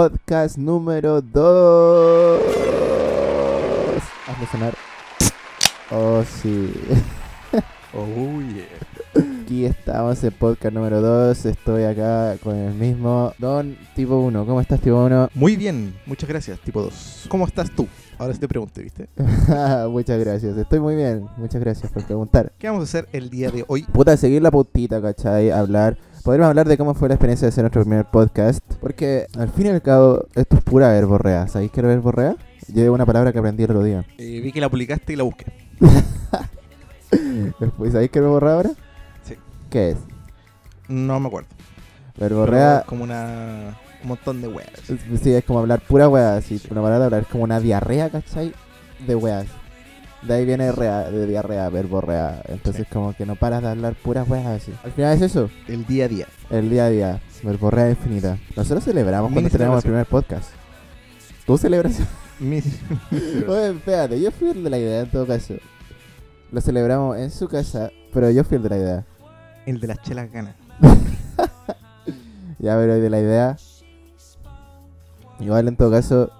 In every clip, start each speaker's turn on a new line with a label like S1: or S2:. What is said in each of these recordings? S1: podcast número 2. Hazme sonar. Oh, sí.
S2: Oh, yeah.
S1: Aquí estamos en podcast número 2. Estoy acá con el mismo Don Tipo 1. ¿Cómo estás, Tipo 1?
S2: Muy bien, muchas gracias, tipo 2. ¿Cómo estás tú? Ahora sí te pregunté, ¿viste?
S1: Muchas gracias. Estoy muy bien. Muchas gracias por preguntar.
S2: ¿Qué vamos a hacer el día de hoy?
S1: Puta, seguir la putita, ¿cachai? Hablar. Podríamos hablar de cómo fue la experiencia de hacer nuestro primer podcast. Porque al fin y al cabo, esto es pura verborrea. ¿Sabéis qué era verborrea? Llevo una palabra que aprendí el otro día.
S2: Eh, vi que la publicaste y la busqué.
S1: Después, ¿Sabéis qué es verborrea ahora?
S2: Sí.
S1: ¿Qué es?
S2: No me acuerdo. Pero
S1: Verborrea.
S2: es Como una... un montón de weas.
S1: Sí, es como hablar pura wea. Sí, una palabra hablar es como una diarrea, ¿cachai? De weas. De ahí viene rea, de diarrea, verborrea. Entonces, como que no paras de hablar puras weas así. Al final es eso.
S2: El día a día.
S1: El día a día, verborrea infinita. Nosotros celebramos
S2: Mi
S1: cuando estrenamos el primer podcast. ¿Tú celebras?
S2: Mi-
S1: Oye, espérate, yo fui el de la idea en todo caso. Lo celebramos en su casa, pero yo fui el de la idea.
S2: el de las chelas ganas.
S1: Ya, pero el de la idea. Igual en todo caso,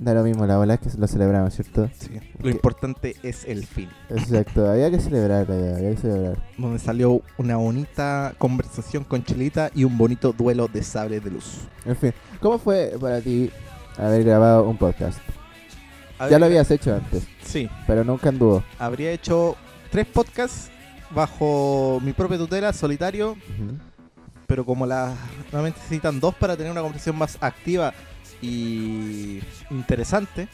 S1: da lo mismo, la bola es que lo celebramos, ¿cierto?
S2: Sí. Lo
S1: ¿Qué?
S2: importante es el fin.
S1: Exacto, había que celebrar la idea, había que celebrar.
S2: Donde salió una bonita conversación con Chelita y un bonito duelo de sables de luz.
S1: En fin, ¿cómo fue para ti haber grabado un podcast?
S2: A
S1: Ya
S2: ver,
S1: lo habías hecho antes,
S2: Sí.
S1: pero nunca anduvo.
S2: Habría hecho tres podcasts bajo mi propia tutela, solitario,
S1: Ujú.
S2: pero como las normalmente necesitan dos para tener una conversación más activa y interesante,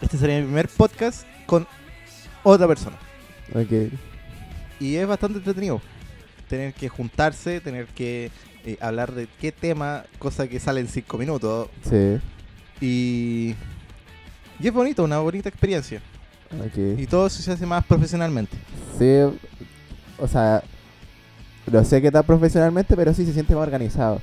S2: este sería mi primer podcast con otra persona.
S1: Ok.
S2: Y es bastante entretenido tener que juntarse, tener que eh, hablar de qué tema, cosa que sale en cinco minutos.
S1: Sí,
S2: Y, y es bonito, una bonita experiencia.
S1: ok.
S2: Y todo eso se hace más profesionalmente.
S1: Sí, o sea, no sé qué tal profesionalmente, pero sí se siente más organizado.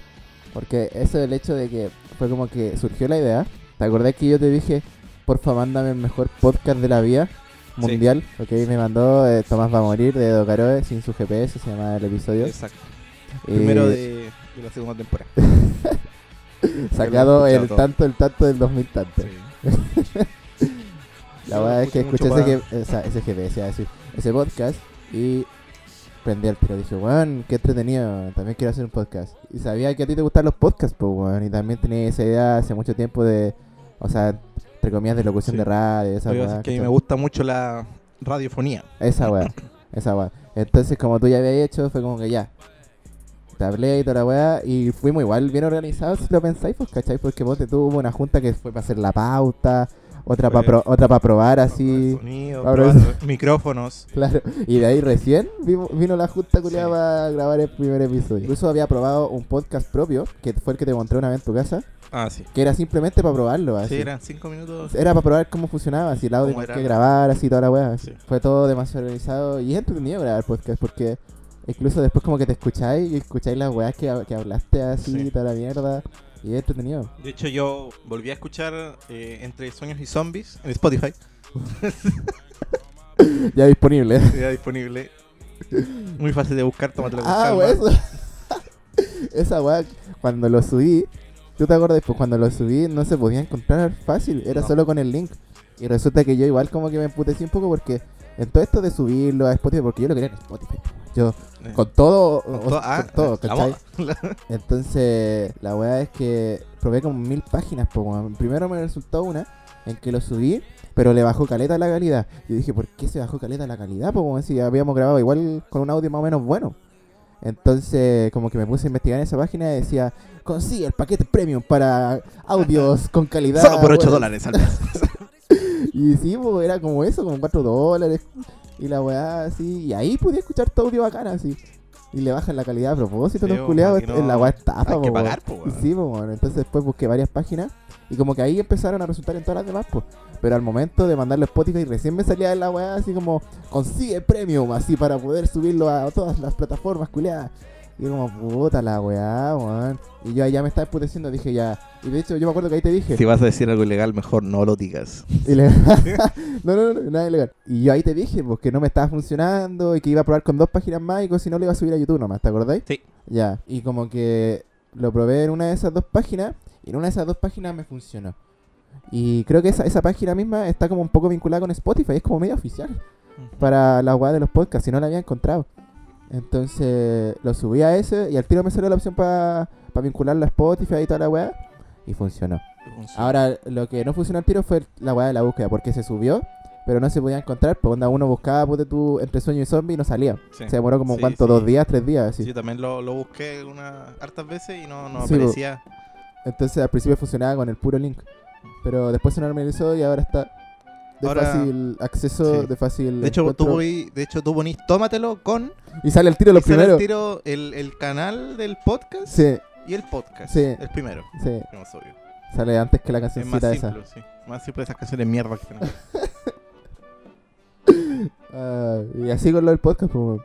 S1: Porque eso del hecho de que fue como que surgió la idea. ¿Te acordás que yo te dije, porfa, mándame el mejor podcast de la vida mundial? Ok, me mandó eh, Tomás va a morir de Docaroe sin su GPS, se llama el episodio.
S2: Exacto.
S1: Y
S2: Primero de, de la segunda temporada.
S1: Sacado
S2: Yo lo he escuchado
S1: el
S2: todo.
S1: tanto, el tanto del 2000 tanto. La
S2: Yo lo
S1: verdad es que
S2: escuché
S1: escuché
S2: mucho
S1: ese, que- esa- ese GPS, iba a decir, ese podcast y prendí el tiro. Dije, weón, qué entretenido, también quiero hacer un podcast. Y sabía que a ti te gustan los podcasts, pues, weón. Y también tenía esa idea hace mucho tiempo de, o sea, entre comillas, de locución
S2: Sí.
S1: de radio, esa
S2: Lo que pasa
S1: weá,
S2: es que a mí
S1: ¿cachai?
S2: me gusta mucho la radiofonía.
S1: Esa weá, esa weá. Entonces, como tú ya habías hecho, fue como que ya. Te hablé y toda la weá, y fuimos igual bien organizados, si lo pensáis, pues, ¿cachai? Porque vos te tuvo una junta que fue para hacer la pauta, otra
S2: Oye.
S1: para otra para probar así.
S2: Sonido,
S1: Ahora
S2: probar micrófonos.
S1: Claro, y de ahí recién vimo- vino la junta culiada
S2: Sí.
S1: para grabar el primer episodio. Incluso había probado un podcast propio, que fue el que te mostré una vez en tu casa,
S2: Ah, sí.
S1: que era simplemente para probarlo. Así.
S2: Sí, eran cinco minutos.
S1: Era para probar cómo funcionaba, si el audio
S2: Cómo
S1: que
S2: era.
S1: grabar, así toda la weá. así.
S2: Sí.
S1: Fue todo demasiado organizado y es entretenido grabar podcast porque incluso después como que te escucháis y escucháis las weas que, que hablaste así,
S2: Sí.
S1: toda la mierda. Y es entretenido.
S2: De hecho, yo volví a escuchar eh, Entre Sueños y Zombies en Spotify.
S1: Ya disponible.
S2: Ya disponible. Muy fácil de buscar, tómatelo con
S1: Ah,
S2: calma.
S1: güey, eso. Esa weá, cuando lo subí, ¿tú te acuerdas? Pues cuando lo subí no se podía encontrar fácil, era
S2: No.
S1: solo con el link. Y resulta que yo igual como que me emputecí un poco porque en todo esto de subirlo a Spotify, porque yo lo quería en Spotify. pues, Yo,
S2: Eh,
S1: con todo, o-
S2: con todo, ah,
S1: con todo,
S2: la
S1: ¿cachai?
S2: mo- la-
S1: Entonces, la weá es que probé como mil páginas, po, weón. Primero me resultó una en que lo subí, pero le bajó caleta la calidad. Yo dije, ¿por qué se bajó caleta la calidad, po, weón? Si habíamos grabado igual con un audio más o menos bueno. Entonces, como que me puse a investigar en esa página y decía, consigue el paquete premium para audios con calidad.
S2: Solo por 8
S1: weón".
S2: dólares al mes.
S1: Y sí, po, era como eso, como 4 dólares. Y la weá así, y ahí pude escuchar tu audio bacana así. Y le bajan la calidad a propósito,
S2: Sí,
S1: los
S2: po,
S1: culiados.
S2: porque no-
S1: La weá estafa,
S2: Hay
S1: po,
S2: que
S1: weón.
S2: pagar, po, weón.
S1: Ah, Sí, pues, bueno. entonces después busqué varias páginas y como que ahí empezaron a resultar en todas las demás, pues. Pero al momento de mandarlo a Spotify recién me salía de la weá así como, consigue premium, así para poder subirlo a todas las plataformas, culiadas. Y yo como, puta la weá, weón. Y yo ahí ya me estaba emputeciendo, dije ya. Y de hecho yo me acuerdo que ahí te dije.
S2: Si vas a decir algo ilegal, mejor no lo digas.
S1: Y le- no, no, no, no, nada ilegal. Y yo ahí te dije, pues que no me estaba funcionando y que iba a probar con dos páginas más y que si no le iba a subir a YouTube nomás, ¿te acordáis?
S2: Sí.
S1: Ya. Y como que lo probé en una de esas dos páginas Y en una de esas dos páginas me funcionó. Y creo que esa, esa página misma está como un poco vinculada con Spotify, es como medio oficial
S2: Mm.
S1: para la weá de los podcasts, si no la había encontrado. Entonces lo subí a ese y al tiro me salió la opción para vincularlo a Spotify y toda la weá. Y funcionó. Ahora, lo que no funcionó al tiro fue la weá de la búsqueda, porque se subió, pero no se podía encontrar. Pues onda, uno buscaba ponte tú, entre sueño y zombie y no salía.
S2: Sí.
S1: Se demoró como
S2: Sí,
S1: cuánto,
S2: sí.
S1: dos días, tres días. Así.
S2: Sí, yo también lo, lo busqué unas hartas veces y no, no
S1: Sí,
S2: aparecía.
S1: Entonces al principio funcionaba con el puro link. Pero después se normalizó y ahora está de
S2: Ahora-
S1: fácil acceso,
S2: sí.
S1: de fácil.
S2: De hecho, tú
S1: encuentro.
S2: voy- de hecho, tú ponís tómatelo con
S1: Y sale al tiro
S2: y
S1: lo
S2: sale
S1: primero.
S2: al tiro el, el canal del podcast
S1: Sí,
S2: y el podcast.
S1: Sí.
S2: El primero,
S1: sí.
S2: que más obvio.
S1: Sale antes que la
S2: Es más
S1: cancioncita esa.
S2: simple, sí. Más simple esas canciones mierda que tenemos.
S1: Ah, y así con lo del podcast, pues.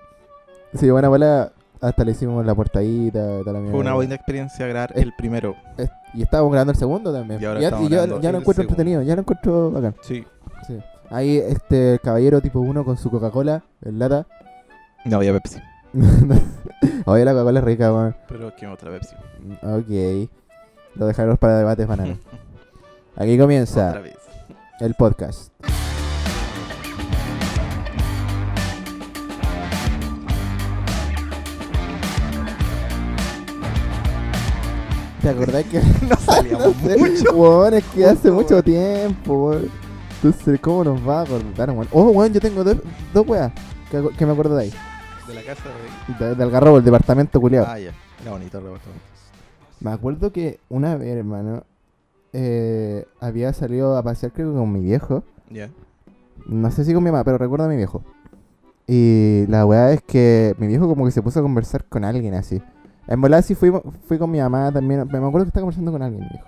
S1: Sí, buena bola. Hasta le hicimos la portadita y toda la mierda.
S2: Fue una buena experiencia grabar
S1: Eh.
S2: el primero.
S1: Es- Y estábamos grabando el segundo también.
S2: Y ahora
S1: ya,
S2: estamos
S1: yo-
S2: grabando
S1: ya lo
S2: el
S1: encuentro
S2: segundo.
S1: entretenido, ya lo encuentro bacán.
S2: Sí.
S1: Sí. Ahí este el caballero tipo 1 con su Coca-Cola en lata.
S2: No había Pepsi.
S1: Oye, la Coca-Cola es rica, weón.
S2: Pero que otra Pepsi.
S1: Ok. Lo dejaremos para debates banana. Aquí comienza
S2: otra vez.
S1: el podcast. ¿Te acordás que
S2: No salíamos
S1: no sé,
S2: mucho.
S1: weón, es que hace
S2: Puta,
S1: mucho
S2: weón.
S1: tiempo, weón. Entonces, ¿cómo nos va a acordar, weón? Oh, weón, yo tengo dos, dos weas que, que me acuerdo de ahí.
S2: De la casa de.
S1: De- del Garrobo, el departamento culiado.
S2: Ah, ya. Era bonito el reparto.
S1: Me acuerdo que una vez, hermano, eh, había salido a pasear, creo que con mi viejo.
S2: Ya.
S1: No sé si con mi mamá, pero recuerdo a mi viejo. Y la weá es que mi viejo como que se puso a conversar con alguien así. En verdad sí fui, fui con mi mamá también. Me acuerdo que estaba conversando con alguien, mi viejo.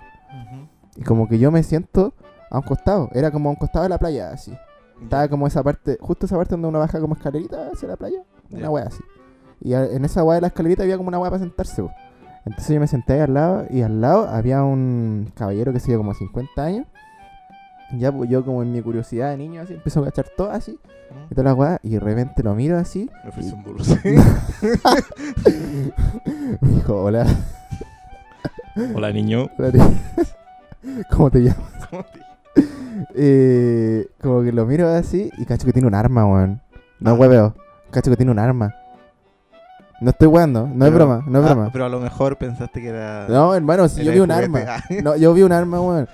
S1: Y como que yo me siento a un costado. Era como a un costado de la playa, así. Estaba como esa parte, justo esa parte donde uno baja como escalerita hacia la playa. Una
S2: Ya.
S1: wea así. Y a- en esa wea de la escalerita había como una wea para sentarse. po. Entonces yo me senté ahí al lado y al lado había un caballero que se como 50 años. Ya pues yo como en mi curiosidad de niño así, empiezo a cachar todo así.
S2: Ujú.
S1: Y toda la wea, y de repente lo miro así.
S2: Me ofreció un dulce.
S1: Me dijo, hola,
S2: Hola, niño.
S1: espérate. ¿cómo te llamas?
S2: ¿Cómo te
S1: Eh, como que lo miro así y cacho que tiene un arma, weón. No
S2: Ah.
S1: hueveo. Cacho que tiene un arma. No estoy weando, no es
S2: Pero-
S1: broma, no es
S2: Ah,
S1: broma.
S2: Pero a lo mejor pensaste que era.
S1: No, hermano, si
S2: era
S1: yo
S2: de
S1: vi un arma.
S2: juguete. Ah,
S1: No, yo vi un arma, weón.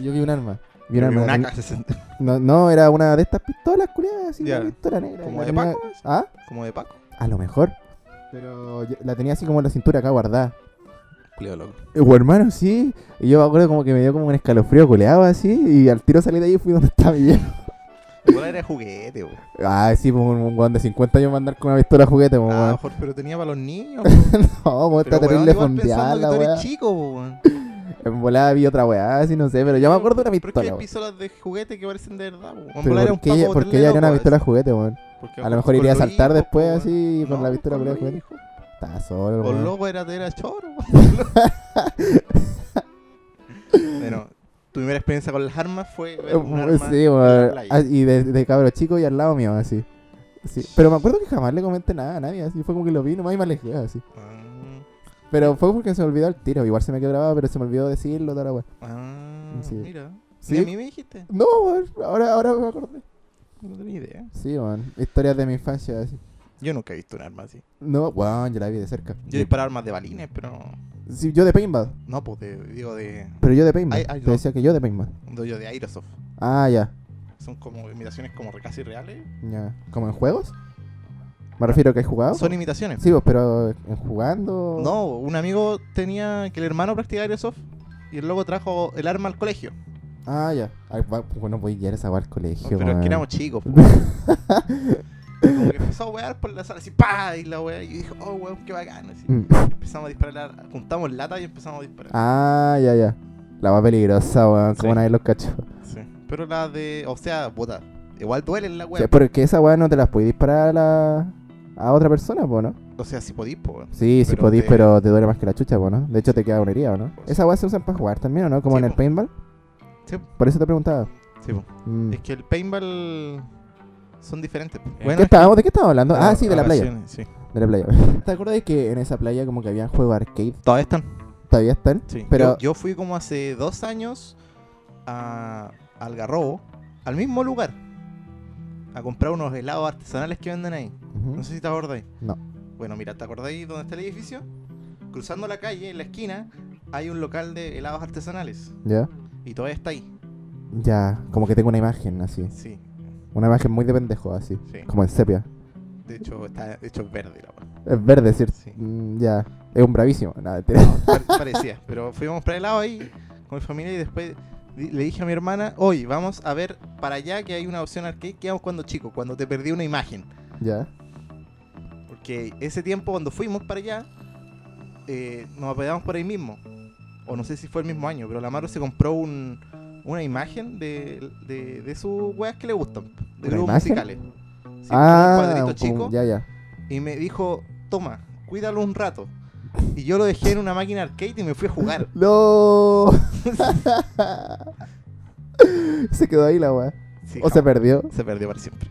S1: Yo vi un arma. Vi un
S2: yo vi
S1: arma.
S2: un AK-60.
S1: No, no, era una de estas pistolas, culiadas, así,
S2: Ya.
S1: una pistola negra.
S2: Como
S1: La
S2: de
S1: tenía-
S2: Paco.
S1: ¿Ah?
S2: Como de Paco.
S1: A lo mejor. Pero yo- la tenía así como en la cintura acá guardada.
S2: Culiado loco.
S1: Eh, bueno, hermano, sí. Y yo me acuerdo como que me dio como un escalofrío culeado así. Y al tiro salí de ahí y fui donde estaba mi viejo.
S2: Igual era de juguete, weón.
S1: Ah, sí, pues, un un weón de 50 años va a andar con una pistola juguete, pues,
S2: Ah,
S1: weón.
S2: mejor, pero tenía para los
S1: No,
S2: niños.
S1: weón,
S2: Pero
S1: está
S2: weón,
S1: terrible
S2: igual
S1: fondeada
S2: pensando
S1: la
S2: que tú
S1: weá.
S2: eres chico, weón.
S1: En volada vi otra weá, así no sé. Pero yo me acuerdo de una
S2: Pero es que
S1: pistola,
S2: hay
S1: weón.
S2: pistolas de juguete que parecen de verdad, weón. En
S1: Pero
S2: volar era
S1: ¿Por
S2: un pues,
S1: qué
S2: Paco
S1: ella- por qué ella
S2: Botelero,
S1: era una
S2: weón.
S1: pistola juguete, weón?
S2: Porque
S1: A lo
S2: con-
S1: mejor
S2: con
S1: iría a
S2: los
S1: saltar
S2: hijos,
S1: después
S2: weón.
S1: así con la pistola culiada
S2: los
S1: juguete.
S2: hijos.
S1: Estaba solo,
S2: O
S1: weón.
S2: loco era, era choro, weón. Bueno, tu primera experiencia con las armas fue ver un
S1: Eh,
S2: arma
S1: Sí,
S2: en
S1: weón.
S2: la playa.
S1: Ah, Y de, de cabro chico y al lado mío, así. Sí. Pero me acuerdo que jamás le comenté nada a nadie, así. Fue como que lo vi nomás y me alejé, así.
S2: Ah,
S1: Pero fue porque se me olvidó el tiro. Igual se me quedó grabado, pero se me olvidó decirlo, toda la weá.
S2: ah,
S1: Sí.
S2: mira.
S1: Sí.
S2: ¿Y a mí me dijiste?
S1: No, weón. Ahora, ahora me acordé.
S2: No tenía idea.
S1: Sí, weón. Historias de mi infancia, así.
S2: Yo nunca he visto un arma así.
S1: No, weón, yo la vi de cerca.
S2: Yo disparaba armas de balines, pero no.
S1: Sí, yo de paintball.
S2: No, pues de- digo de.
S1: Pero yo de paintball.
S2: Ay, ay,
S1: Te
S2: no.
S1: decía que yo de paintball.
S2: Yo de Aerosoft.
S1: Ah, ya.
S2: Son como imitaciones como casi reales.
S1: Ya. ¿Como en juegos? Me refiero a que he jugado.
S2: Son imitaciones.
S1: Sí, pues, pero en jugando.
S2: No, un amigo tenía que el hermano practicaba airsoft y el loco trajo el arma al colegio.
S1: Ah, ya. Ay, va- bueno, voy a llegar a esa weá al colegio.
S2: pero es
S1: weón.
S2: que éramos chicos. po. como que empezó a wear por la sala así, pa Y la wea, y dijo, oh weón, qué bacán. Así.
S1: Mm.
S2: Empezamos a disparar, la- juntamos lata y empezamos a disparar.
S1: Ah, ya, ya. La más peligrosa, weón. Como
S2: Sí.
S1: nadie los cachó.
S2: Sí. Pero la de, o sea, puta, igual duelen la
S1: Sí,
S2: wea.
S1: porque esa weá no te las podís disparar a, la... a otra persona, po, ¿no?
S2: o sea, si podís, po, weón.
S1: Sí, sí
S2: Pero
S1: podís,
S2: te-
S1: pero te duele más que la chucha, po, ¿no? De hecho, te queda una herida, ¿o no?
S2: Pues-
S1: Esa weá se usan para jugar también, ¿o no? Como
S2: Sí,
S1: en el
S2: po.
S1: paintball.
S2: Sí.
S1: Por eso te preguntaba.
S2: Sí, po.
S1: Mm.
S2: Es que el paintball son diferentes. po.
S1: ¿Qué estábamos, ¿De qué estábamos hablando? Ah, sí, de la playa.
S2: vacaciones, sí.
S1: De la playa. ¿Te acuerdas de que en esa playa como que había juegos arcade?
S2: Todavía están.
S1: Todavía están.
S2: Sí,
S1: Pero-
S2: yo, yo fui como hace dos años a al Garrobo, al mismo lugar, a comprar unos helados artesanales que venden ahí.
S1: Ujú.
S2: No sé si te acordáis.
S1: No.
S2: Bueno, mira, ¿te acordáis dónde está el edificio? Cruzando la calle, en la esquina, hay un local de helados artesanales.
S1: Ya.
S2: Y todavía está ahí.
S1: Ya, como que tengo una imagen así.
S2: Sí,
S1: Una imagen muy de pendejo así.
S2: sí.
S1: Como en sepia.
S2: De hecho, está hecho verde la weá.
S1: Es verde, ¿cierto?
S2: Sí.
S1: Mm, ya. Es un bravísimo. Nada, mentira.
S2: Pare- parecía. Pero fuimos a comprar helado ahí con mi familia y después di- le dije a mi hermana, hoy vamos a ver para allá que hay una opción arcade que íbamos cuando chico, cuando te perdí una imagen.
S1: ya.
S2: Porque ese tiempo cuando fuimos para allá, eh, nos apoyamos por ahí mismo. O no sé si fue el mismo año, pero la Maro se compró un- una imagen de, de- de sus weas que le gustan, de
S1: ¿Una
S2: grupos
S1: imagen?
S2: musicales. Sí, un
S1: ah,
S2: cuadrito
S1: un-
S2: chico.
S1: ya, ya.
S2: Y me dijo, toma, cuídalo un rato. Y yo lo dejé en una máquina arcade y me fui a jugar.
S1: No. se quedó ahí la weá.
S2: Sí,
S1: O se
S2: jamás.
S1: perdió. Pues,
S2: se perdió para siempre.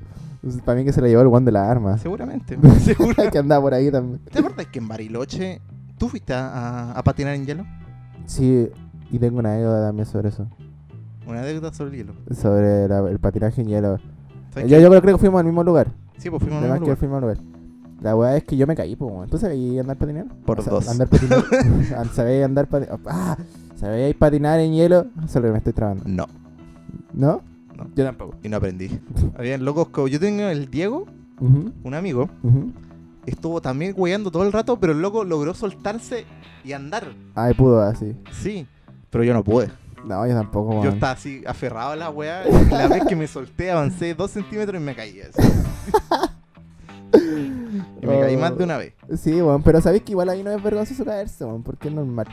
S1: Para mí que se la llevó el guan de las armas.
S2: Seguramente. seguro.
S1: que andaba por ahí también.
S2: ¿Te acuerdas que en Bariloche tú fuiste a, a patinar en hielo?
S1: Sí, y tengo una anécdota también sobre eso.
S2: Una deuda sobre el hielo.
S1: Sobre la- el patinaje en hielo.
S2: ¿Sabes
S1: Yo,
S2: qué?
S1: yo creo que fuimos al mismo lugar.
S2: Sí, pues fuimos a un
S1: Además que
S2: lugar.
S1: fuimos al lugar. La weá es que yo me caí, pues. weón. ¿Tú sabías andar patinando?
S2: Por
S1: O sea,
S2: dos.
S1: Andar patinando. An- ¿Sabías andar patinando? ¡Ah! ¿Sabíais patinar en hielo? Solo me estoy trabando.
S2: No,
S1: ¿No?
S2: No.
S1: Yo tampoco.
S2: y no aprendí. Habían locos como... Yo tengo el Diego,
S1: Ujú,
S2: un amigo,
S1: ujú.
S2: estuvo también hueando todo el rato, pero el loco logró soltarse y andar.
S1: Ay, pudo así.
S2: Sí, pero yo no pude.
S1: No, yo tampoco,
S2: Yo
S1: weón.
S2: estaba así aferrado a la weá. y La vez que me solté, avancé dos centímetros y me caí. así. y me
S1: Oh.
S2: caí más de una vez.
S1: Sí, weón, pero sabéis que igual ahí no es vergonzoso caerse, weón, porque es normal.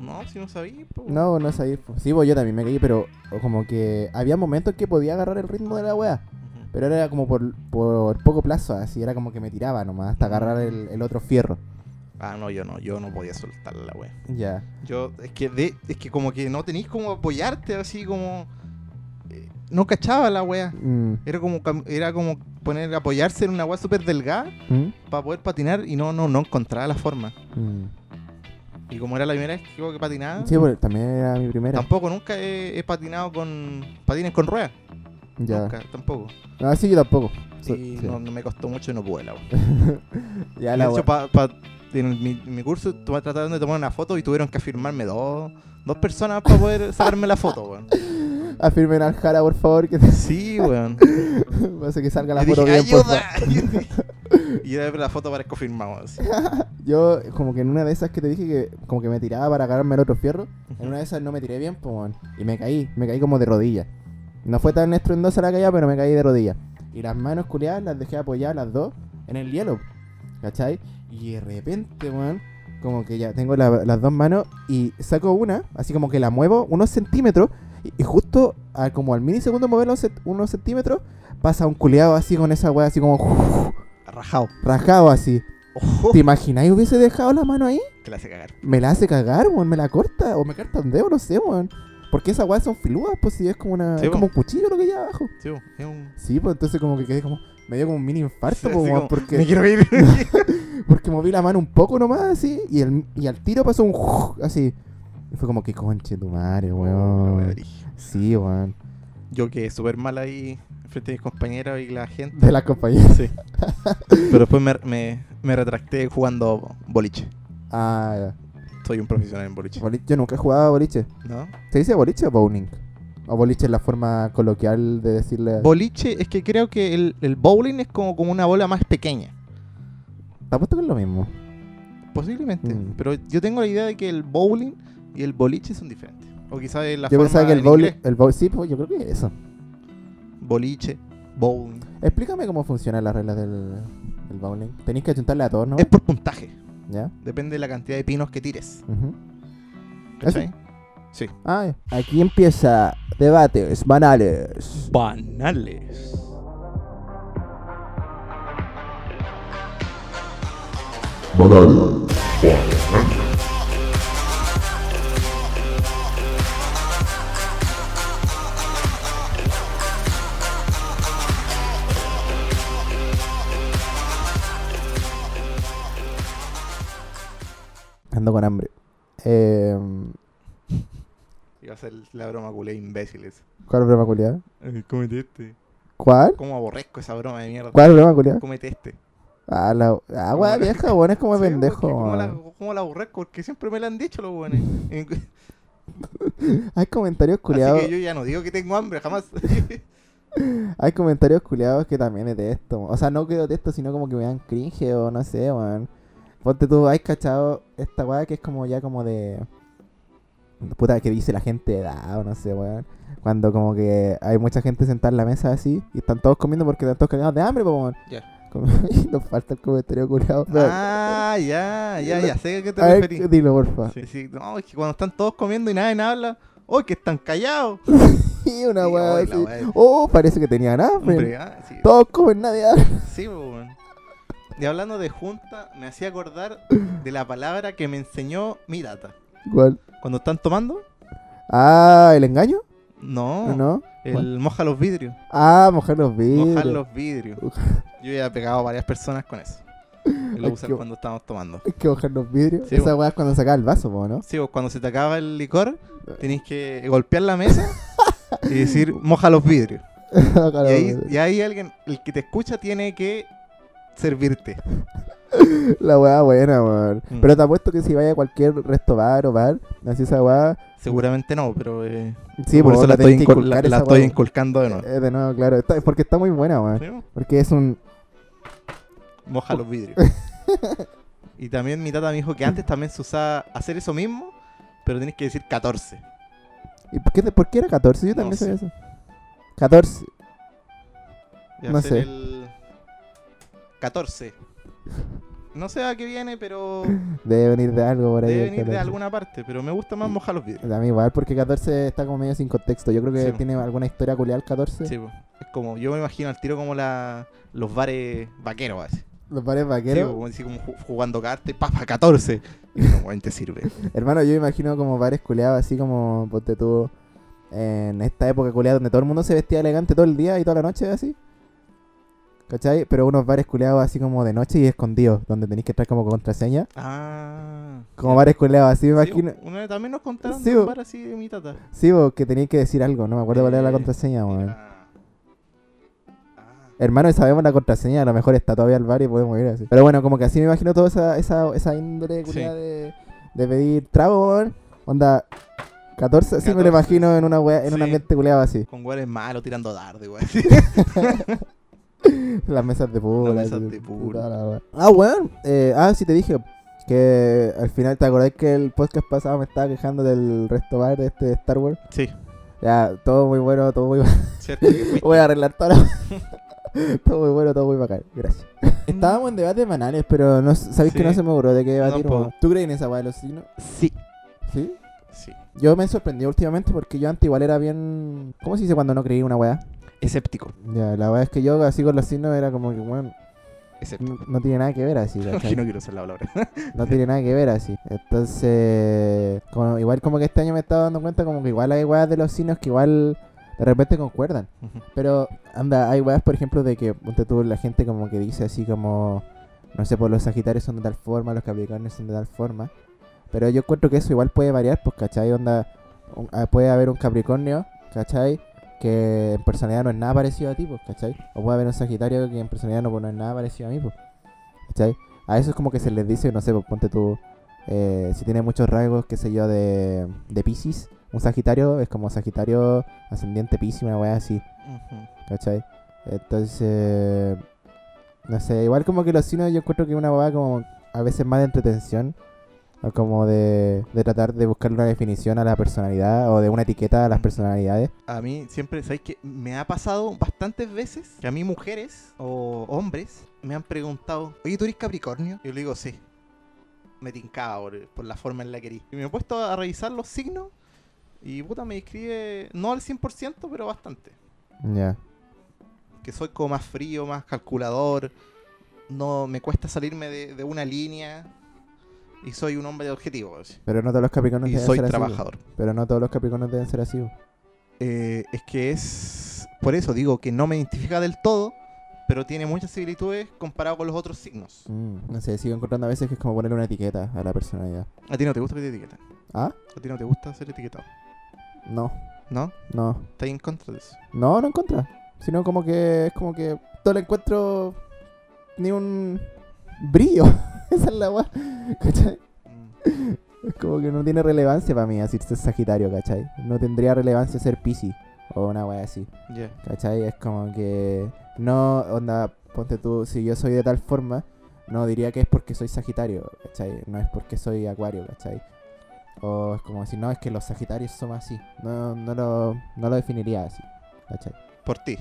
S2: No, si no sabía. po.
S1: No, no sabéis. pues. Sí, pues yo también me caí, pero como que había momentos que podía agarrar el ritmo de la weá.
S2: Ujú.
S1: Pero era como por, por poco plazo, así era como que me tiraba nomás hasta agarrar el, el otro fierro.
S2: Ah, no, yo no, yo no podía soltar la wea.
S1: Ya.
S2: Yo, es que de, es que como que no tenéis como apoyarte, así como. eh, no cachaba la wea.
S1: Mm,
S2: Era como cam- era como poner, apoyarse en una wea súper delgada
S1: mm,
S2: para poder patinar y no, no, no encontraba la forma.
S1: mm.
S2: Y como era la primera vez que creo que patinaba,
S1: Sí, pues también era mi primera.
S2: tampoco nunca he, he patinado con patines con ruedas.
S1: Ya.
S2: Nunca, tampoco.
S1: No, sí, yo tampoco. So-
S2: Y
S1: sí.
S2: no, no me costó mucho y no pude la wea.
S1: Ya
S2: De
S1: la
S2: hecho,
S1: wea.
S2: pa- pa- en mi, mi curso tu- trataron de tomar una foto y tuvieron que firmarme dos, dos personas para poder sacarme la foto, weón.
S1: Afirmen al Jara, por favor, que te
S2: Sí, weón.
S1: hace que salga la
S2: Yo
S1: foto
S2: dije,
S1: bien, por favor.
S2: ¡ayuda! y yo la foto parezco firmado. así.
S1: Yo, como que en una de esas que te dije que como que me tiraba para agarrarme el otro fierro, en una de esas no me tiré bien, pues, weón, y me caí, me caí como de rodillas. No fue tan estruendosa la caída, pero me caí de rodillas. Y las manos culiadas las dejé apoyadas las dos en el hielo, ¿cachai? Y de repente, weón, como que ya tengo la- las dos manos y saco una, así como que la muevo unos centímetros, y, y justo a- como al minisegundo mover los cent- unos centímetros, pasa un culiado así con esa weá, así como
S2: Rajado.
S1: rajado así.
S2: Ojo,
S1: ¿Te imagináis hubiese dejado la mano ahí?
S2: que la hace cagar.
S1: me la hace cagar, weón, me la corta, o me corta un dedo, no sé, weón. Porque esas weas son filudas, pues si es como una.
S2: Sí,
S1: es
S2: po.
S1: como un cuchillo lo que hay abajo.
S2: Sí, es un...
S1: Sí, pues entonces como que quedé como. Me dio como un mini infarto,
S2: así
S1: po, weón,
S2: como,
S1: porque,
S2: Me quiero ir.
S1: porque moví la mano un poco nomás así, y, el, y al tiro pasó un así. Y fue como que conche tu madre,
S2: Oh, la wea
S1: weón.
S2: brígida.
S1: Sí, weón.
S2: yo quedé súper mal ahí frente a mis compañeros y la gente.
S1: De la compañía.
S2: Sí. Pero después me, me, me retracté jugando boliche.
S1: Ah,
S2: Soy un profesional en boliche.
S1: boli- yo nunca he jugado a boliche.
S2: ¿No?
S1: ¿Se dice boliche o bowling? O boliche es la forma coloquial de decirle.
S2: Boliche, es que creo que el, el bowling es como, como una bola más pequeña.
S1: ¿Te apuesto que es lo mismo?
S2: Posiblemente.
S1: Mm.
S2: Pero yo tengo la idea de que el bowling y el boliche son diferentes. O quizás la
S1: yo
S2: forma
S1: pensaba que el
S2: en
S1: bowling.
S2: inglés.
S1: El bowl, sí, pues yo creo que es eso.
S2: Boliche, bowling.
S1: Explícame cómo funcionan las reglas del, del bowling. Tenéis que achuntarle a todos, ¿no?
S2: Es por puntaje.
S1: ¿Ya?
S2: Depende de la cantidad de pinos que tires.
S1: Ujú.
S2: ¿Cachai?
S1: Ah, ya. aquí empieza debates banales.
S2: Banales.
S1: Ando con hambre. Eh,
S2: Iba a ser la broma culé imbécil esa.
S1: ¿Cuál broma culiada?
S2: Comete este.
S1: ¿Cuál?
S2: ¿Cómo aborrezco esa broma de mierda?
S1: ¿Cuál broma culiada?
S2: Comete este.
S1: Ah, la ah, weá, vieja, weón, es como
S2: Sí,
S1: pendejo.
S2: porque ¿Cómo
S1: weón.
S2: la, cómo la aborrezco? Porque siempre me la han dicho los buenos.
S1: Hay comentarios culiados.
S2: Así que yo ya no digo que tengo hambre, jamás.
S1: Hay comentarios culiados que también detesto. O sea, no que detesto, sino como que me dan cringe o no sé, weón. Ponte tú, hay cachado esta weá que es como ya como de. Puta, que dice la gente de edad o no sé, weón. Cuando como que hay mucha gente sentada en la mesa así y están todos comiendo porque están todos cagados de hambre, po, weón.
S2: Ya.
S1: Como- y nos falta el comentario culiado.
S2: ah, ya, ya, ya sé a qué te
S1: a ver,
S2: referís.
S1: dilo, porfa.
S2: Sí, sí, no, es que cuando están todos comiendo y nadie habla, ¡oh, que están callados!
S1: Y una
S2: Sí,
S1: weá
S2: ay, la
S1: así.
S2: weá.
S1: Oh, parece que tenían hambre.
S2: Hombre, ah, sí,
S1: Todos comen, nadie habla.
S2: sí, po, weón. Y hablando de junta, me hacía acordar de la palabra que me enseñó mi data.
S1: ¿Cuál?
S2: Cuando están tomando,
S1: Ah, ¿el engaño?
S2: no,
S1: ¿No?
S2: el
S1: ¿Cuál?
S2: moja los vidrios.
S1: Ah, mojar los vidrios.
S2: Mojar los vidrios. Yo ya he pegado a varias personas con eso. Y lo
S1: Ay,
S2: usan
S1: qué-
S2: cuando estamos tomando.
S1: Hay que mojar los vidrios.
S2: Sí,
S1: Esa
S2: bueno.
S1: weá es cuando sacaba el vaso, po, ¿no?
S2: Sí, vos cuando se te acaba el licor, tenés que golpear la mesa y decir, moja los vidrios.
S1: Mojar
S2: Y
S1: los
S2: ahí,
S1: vidrios.
S2: y ahí alguien, el que te escucha, tiene que servirte.
S1: La weá buena, weón.
S2: Mm.
S1: Pero te apuesto que si vaya a cualquier resto bar o bar, así esa weá.
S2: Seguramente no, pero eh,
S1: Sí,
S2: por
S1: po,
S2: eso la
S1: tenés
S2: estoy,
S1: que
S2: incul- la-
S1: inculcar
S2: la
S1: esa
S2: estoy
S1: weá.
S2: inculcando de nuevo.
S1: Eh, de nuevo, claro. Está- porque está muy buena, weón.
S2: ¿Sí, vos?
S1: Porque es un.
S2: Moja los vidrios. y también mi tata me dijo que antes también se usaba hacer eso mismo, pero tenés que decir 14.
S1: ¿Y por qué, por qué era 14? Yo también
S2: No
S1: sabía eso. 14.
S2: Y
S1: No
S2: hacer
S1: sé.
S2: el 14. No sé a qué viene, pero
S1: Debe venir de algo por ahí.
S2: debe
S1: el
S2: venir de
S1: 14.
S2: alguna parte. Pero me gusta más mojar los vidrios.
S1: A mí igual, porque 14 está como medio sin contexto. Yo creo que
S2: Sí, po.
S1: tiene alguna historia culial 14.
S2: Sí, po. es como, yo me imagino al tiro como la, los bares vaqueros, así.
S1: Los bares
S2: Sí,
S1: vaqueros.
S2: po, así como ju- jugando cartas, y papa, 14. Y no, weón, te sirve.
S1: Hermano, yo imagino como bares culeados así como ponte tú en esta época culeada donde todo el mundo se vestía elegante todo el día y toda la noche así. ¿Cachai? Pero unos bares culeados así como de noche y escondidos, donde tenéis que estar como con contraseña.
S2: Ah.
S1: Como
S2: ya.
S1: bares culeados así, me
S2: Sí,
S1: imagino.
S2: una vez también nos contaron
S1: Sí,
S2: de un
S1: po.
S2: bar así de mi tata.
S1: Sí, vos, que tenéis que decir algo, no me acuerdo cuál era la
S2: Eh,
S1: contraseña, weón.
S2: Era- Ah.
S1: Hermano, sabemos la contraseña, a lo mejor está todavía el bar y podemos ir así. Pero bueno, como que así me imagino toda esa, esa, esa índole culiada de, de pedir trago, weón. Onda 14, sí me lo
S2: 14.
S1: imagino en una wea- en un
S2: Sí.
S1: ambiente culeado así.
S2: Con guares malos tirando dardo, güey. Sí.
S1: Las mesas de pool.
S2: Las mesas
S1: así,
S2: de pool.
S1: toda la wea. Ah, weón. eh, ah, sí te dije que al final, ¿te acordás que el podcast pasado me estaba quejando del resto bar de este de Star Wars?
S2: Sí,
S1: Ya, todo muy bueno, todo muy bacán.
S2: cierto. que fui.
S1: Voy a arreglar todo. la- todo muy bueno, todo muy bacán. Gracias. Estábamos en debates banales, pero no, s- sabéis que
S2: Sí.
S1: no se me ocurrió de qué debatir.
S2: tampoco.
S1: weón. ¿Tú crees en esa weá de los signos?
S2: Sí,
S1: Sí.
S2: sí.
S1: Yo me sorprendí últimamente porque yo antes igual era bien. ¿Cómo se dice cuando no creí una weá?
S2: Escéptico.
S1: Ya, la weá es que yo así con los signos era como que, bueno,
S2: Escéptico.
S1: no, no tiene nada que ver así.
S2: No,
S1: ¿cachai?
S2: que no quiero usar la palabra.
S1: No tiene nada que ver así. Entonces, como- igual como que este año me estaba dando cuenta como que igual hay weas de los signos que igual de repente concuerdan.
S2: Ujú.
S1: Pero, anda, hay weas, por ejemplo, de que ponte tú, la gente como que dice así como, no sé, pues los sagitarios son de tal forma, los capricornios son de tal forma. Pero yo encuentro que eso igual puede variar, pues, ¿cachai? Onda, un- ah, puede haber un capricornio, ¿cachai? Que en personalidad no es nada parecido a ti, pues, ¿cachai? O puede haber un sagitario que en personalidad no, no es nada parecido a mí, pues, ¿cachai? A eso es como que se les dice, no sé, pues, ponte tú, eh, si tiene muchos rasgos, qué sé yo, de, de Pisces, un sagitario es como sagitario ascendiente Pisces, una wea así.
S2: Ujú.
S1: ¿Cachai? Entonces, no sé, igual como que los signos yo encuentro que es una bobada como a veces más de entretención, o como de, de tratar de buscar una definición a la personalidad o de una etiqueta a las personalidades.
S2: A mí siempre, ¿sabes qué? Me ha pasado bastantes veces que a mí mujeres o hombres me han preguntado, oye, ¿tú eres Capricornio? Yo le digo, sí. Me tincaba por, por la forma en la que erí. Y me he puesto a revisar los signos y puta, me describe, no al 100%, pero bastante.
S1: Ya.
S2: Que soy como más frío, más calculador, no me cuesta salirme de, de una línea y soy un hombre de objetivos.
S1: Pero no todos los capricornos
S2: Y
S1: deben
S2: soy
S1: ser así,
S2: trabajador.
S1: po. Pero no todos los capricornos deben ser así. po.
S2: Eh, es que es. Por eso digo que no me identifica del todo, pero tiene muchas similitudes comparado con los otros signos.
S1: Mm, no sé, sigo encontrando a veces que es como ponerle una etiqueta a la personalidad.
S2: A ti no te gusta que te etiqueten.
S1: ¿Ah?
S2: A ti no te gusta ser etiquetado.
S1: No,
S2: ¿No?
S1: no.
S2: ¿Estás en contra de eso?
S1: No, no en contra. Sino como que es como que no le encuentro ni un brillo. Esa es la weá. ¿Cachai?
S2: Mm,
S1: Es como que no tiene relevancia para mí así ser Sagitario, ¿cachai? No tendría relevancia ser Piscis o una weá así.
S2: Ya.
S1: ¿Cachai? Es como que. No, onda, ponte tú, si yo soy de tal forma, no diría que es porque soy Sagitario, ¿cachai? No es porque soy Acuario, ¿cachai? O es como decir, no, es que los Sagitarios somos así. No, no, lo, no lo definiría así, ¿cachai?
S2: Por ti.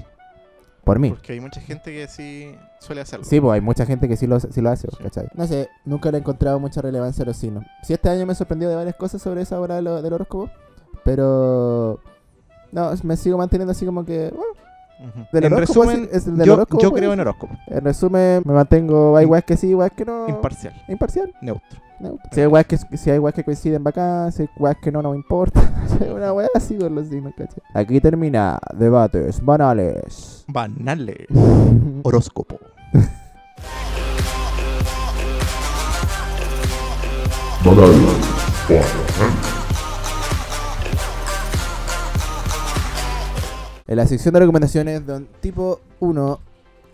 S1: Por mí.
S2: Porque hay mucha gente que sí suele hacerlo.
S1: Sí, pues hay mucha gente que sí lo, sí lo hace,
S2: Sí.
S1: ¿cachai? No sé, nunca le he encontrado mucha relevancia a los signos. Sí, este año me he sorprendido de varias cosas sobre esa hora de lo- del horóscopo, pero... No, me sigo manteniendo así como que... Bueno,
S2: Ujú.
S1: del
S2: en
S1: horóscopo,
S2: resumen,
S1: es- es del
S2: yo,
S1: horóscopo,
S2: yo
S1: pues.
S2: creo en horóscopo.
S1: En resumen, me mantengo, hay
S2: Im-
S1: weas que sí, weas que no.
S2: Imparcial,
S1: Imparcial.
S2: neutro.
S1: ¿no? Si, hay weas que, si hay weas que coinciden bacán, si hay weas que no, no me importa. Si hay una wea así con los signos, ¿cachai? Aquí termina debates banales.
S2: Banales. Horóscopo.
S1: En la sección de recomendaciones, don tipo 1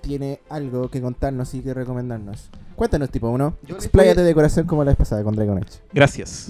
S1: tiene algo que contarnos y que recomendarnos. Cuéntanos, tipo 1.
S2: Yo les
S1: Expláyate
S2: voy
S1: de corazón como la vez pasada con Dragon Age.
S2: Gracias.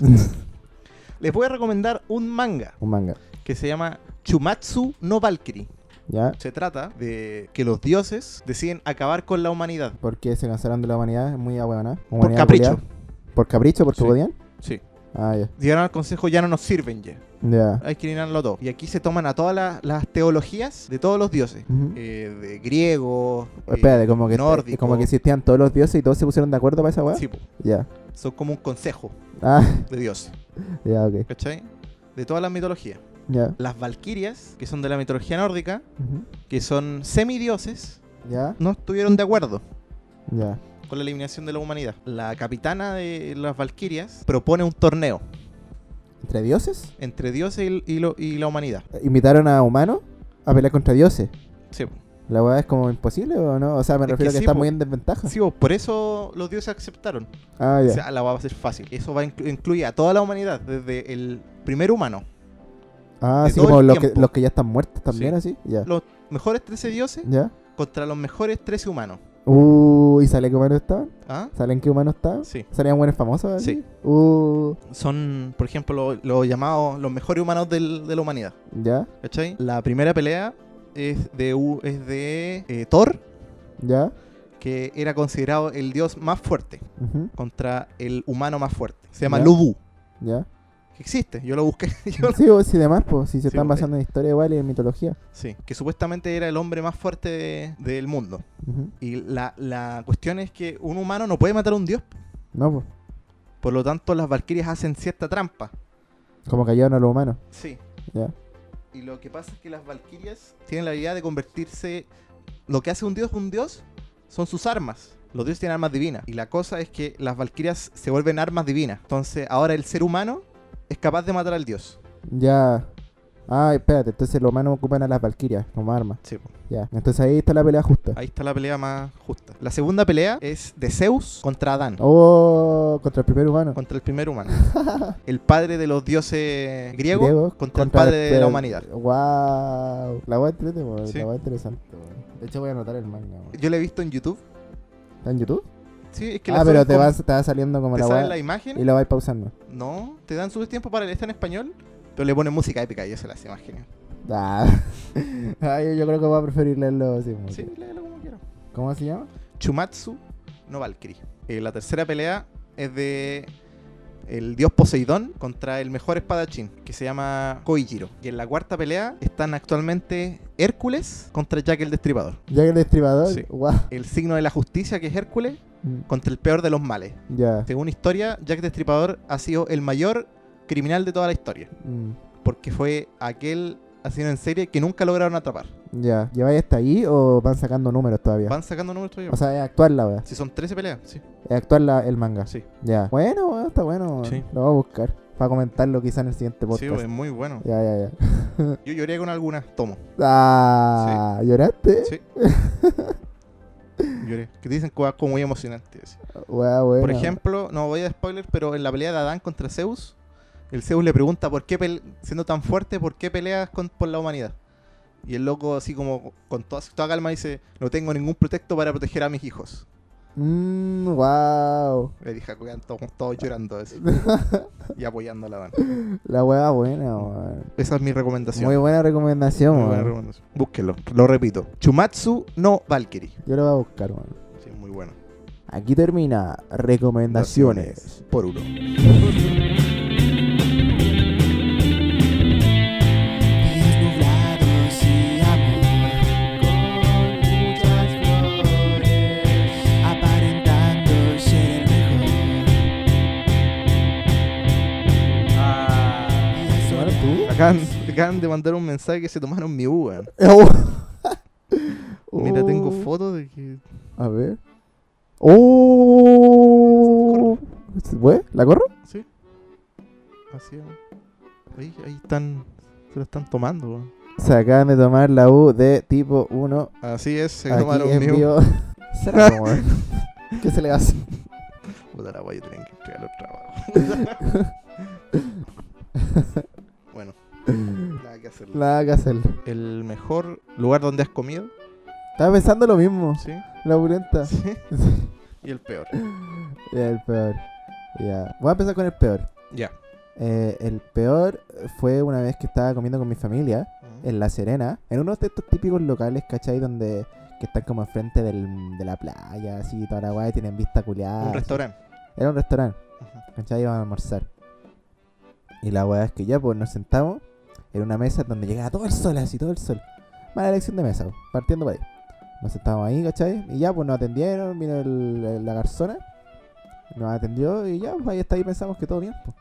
S2: Les voy a recomendar un manga
S1: Un manga.
S2: que se llama Chumatsu no Valkyrie.
S1: ¿Ya?
S2: Se trata de que los dioses deciden acabar con la humanidad.
S1: Porque se cansaron de la humanidad, es muy ahueonada.
S2: Por
S1: Humanidad
S2: capricho.
S1: culiada. ¿Por capricho? ¿Porque
S2: Sí.
S1: podían?
S2: Sí.
S1: Ah, ya.
S2: Llegaron al consejo, ya no nos sirven ya.
S1: Ya.
S2: Hay que eliminarlo todo. Y aquí se toman a todas las, las teologías de todos los dioses.
S1: Ujú.
S2: Eh, de griego. eh,
S1: Espérate, como que,
S2: nórdico.
S1: como que existían todos los dioses y todos se pusieron de acuerdo para esa weá.
S2: sí, po.
S1: Ya.
S2: son como un consejo
S1: Ah,
S2: de dioses.
S1: ya, ok.
S2: ¿Cachai? De todas las mitologías.
S1: Ya.
S2: Las valquirias, que son de la mitología nórdica,
S1: Ujú.
S2: que son semidioses,
S1: Ya,
S2: no estuvieron de acuerdo
S1: ya.
S2: con la eliminación de la humanidad. La capitana de las valquirias propone un torneo
S1: ¿Entre dioses?
S2: entre dioses y, y lo- y la humanidad.
S1: Eh, ¿Invitaron a humanos a pelear contra dioses?
S2: Sí, po.
S1: ¿La weá es como imposible o no? O sea, me
S2: Es
S1: refiero
S2: que
S1: a que
S2: sí,
S1: está
S2: po.
S1: muy en desventaja.
S2: Sí, po, por eso los dioses aceptaron.
S1: Ah,
S2: O
S1: ya.
S2: sea, la va a ser fácil. Eso va a inclu- incluir a toda la humanidad, desde el primer humano.
S1: Ah,
S2: de
S1: sí,
S2: todo
S1: como
S2: el
S1: los que,
S2: tiempo.
S1: los que ya están muertos también, así. Ya.
S2: Los mejores 13 dioses
S1: Ya.
S2: contra los mejores 13 humanos.
S1: Uh, ¿y sale qué humanos estaban?
S2: ¿Ah?
S1: ¿Salen qué humanos estaban?
S2: Sí.
S1: ¿Salían buenos famosos? así?
S2: Sí.
S1: Uh,
S2: Son, por ejemplo, lo- los llamados los mejores humanos del- de la humanidad.
S1: ya,
S2: ¿Cachai? La primera pelea es de, U- es de eh, Thor,
S1: ya.
S2: que era considerado el dios más fuerte,
S1: ujú,
S2: contra el humano más fuerte. Se llama
S1: Ya.
S2: Lubu.
S1: Ya.
S2: Que existe, yo lo busqué. yo-
S1: Sí, o sí, demás, pues, si se
S2: Sí,
S1: están
S2: po,
S1: basando en historia igual y en mitología.
S2: sí, que supuestamente era el hombre más fuerte de- del mundo.
S1: Ujú,
S2: Y la, la cuestión es que un humano no puede matar a un dios.
S1: No, pues.
S2: Por lo tanto, las valquirias hacen cierta trampa.
S1: Como que ayudan a los humanos.
S2: Sí.
S1: Ya.
S2: Y lo que pasa es que las valquirias tienen la habilidad de convertirse. Lo que hace un dios un dios son sus armas. Los dioses tienen armas divinas. Y la cosa es que las valquirias se vuelven armas divinas. Entonces, ahora el ser humano es capaz de matar al dios.
S1: Ya. Ah, espérate, entonces los humanos ocupan a las valquirias como arma.
S2: Sí.
S1: Ya. Entonces ahí está la pelea justa.
S2: Ahí está la pelea más justa. La segunda pelea es de Zeus contra Adán.
S1: Oh, contra el primer humano.
S2: Contra el primer humano. el padre de los dioses griegos
S1: Griego
S2: contra, el padre de la humanidad.
S1: Wow. La web entrete, weón,
S2: Sí.
S1: La wea interesante, weón. De hecho voy a anotar el manga, weón.
S2: Yo lo he visto en YouTube.
S1: ¿Está en YouTube?
S2: Sí, es que
S1: Ah,
S2: la
S1: pero
S2: suben
S1: te
S2: como-
S1: va, te va saliendo como
S2: te
S1: la
S2: salen
S1: wea
S2: la imagen
S1: y la vais pausando.
S2: No, te dan su tiempo para el está en español, pero le ponen música épica y eso la hace más genial.
S1: Ah. Ay, yo, creo que voy a preferir leerlo así. como
S2: Sí,
S1: que-
S2: léelo como quiera.
S1: ¿Cómo se llama?
S2: Chumatsu no Valkyrie. Eh, la tercera pelea es de el dios Poseidón contra el mejor espadachín, que se llama Koichiro. Y en la cuarta pelea están actualmente Hércules contra Jack el Destripador.
S1: Jack el Destripador.
S2: Sí.
S1: Guau.
S2: El signo de la justicia, que es Hércules,
S1: Mm,
S2: contra el peor de los males.
S1: Ya.
S2: Según historia, Jack el Destripador ha sido el mayor criminal de toda la historia,
S1: Mm,
S2: porque fue aquel asesino en serie que nunca lograron atrapar.
S1: Ya. ¿Lleváis hasta ahí o van sacando números todavía?
S2: Van sacando números todavía.
S1: O sea, es actuar la wea.
S2: si son 13 peleas, sí.
S1: Es actuar la- el manga.
S2: Sí,
S1: Ya. Bueno, bueno, está bueno.
S2: Sí.
S1: Lo voy a buscar. Para comentarlo quizá en el siguiente
S2: sí,
S1: podcast.
S2: es muy bueno.
S1: ya, ya, ya.
S2: Yo lloré con algunas, tomo.
S1: Ah, ¿lloraste?
S2: Sí. lloré. Que dicen que es como muy emocionante. así.
S1: Weá, buena.
S2: Por ejemplo, no voy a spoiler, pero en la pelea de Adán contra Zeus, el Zeus le pregunta por qué, pel- siendo tan fuerte, por qué peleas con- por la humanidad. Y el loco, así como con toda, toda calma, dice: No tengo ningún pretexto para proteger a mis hijos.
S1: Mmm, wow.
S2: Le dije, weón, todos, todos llorando así, y apoyando a la Adán.
S1: La weá buena, weón.
S2: Esa es mi recomendación.
S1: Muy buena recomendación,
S2: Muy buena
S1: weón.
S2: recomendación. Búsquelo, lo repito: Chumatsu no Valkyrie.
S1: Yo lo voy a buscar, weón.
S2: Sí, muy bueno.
S1: Aquí termina recomendaciones.
S2: Por uno.
S3: Pies nublados y amor con muchas flores, aparentando ser el mejor.
S1: ¿Tomaron
S3: Ah,
S1: tú?
S2: Acaban, acaban de mandar un mensaje que se tomaron mi U, weón. Mira, tengo
S1: Oh.
S2: fotos de que.
S1: A ver. ¡Oh! ¿Se puede? ¿La corro?
S2: Sí. Así es. Ahí, ahí están. Se lo están tomando, weón.
S1: Se acaban de tomar la U de tipo 1.
S2: Así es, se
S1: aquí
S2: tomaron
S1: en
S2: mi U.
S1: vivo. Será, weón. ¿Qué se le hace?
S2: Puta la guay, tienen que entregar los trabajos. bueno, nada que hacerlo.
S1: Nada que hacerle.
S2: El mejor lugar donde has comido,
S1: Estaba pensando lo mismo.
S2: ¿sí?
S1: La opulenta.
S2: Sí. y el peor.
S1: Ya, el peor. Ya. Voy a empezar con el peor.
S2: Ya.
S1: Eh, el peor fue una vez que estaba comiendo con mi familia. en La Serena, en uno de estos típicos locales, ¿cachai? Donde que están como enfrente del, de la playa, así, toda la guay, tienen vista culiada.
S2: Un
S1: así.
S2: restaurante.
S1: Era un restaurante,
S2: Ujú.
S1: ¿cachai? Iban a almorzar. Y la weá es que ya, pues nos sentamos en una mesa donde llegaba todo el sol, así, todo el sol. Mala elección de mesa, pues, partiendo por ahí. Nos sentamos ahí, ¿cachai? Y ya, pues nos atendieron, vino el- el- la garzona, nos atendió y ya, pues ahí está, ahí pensamos que todo bien, pues.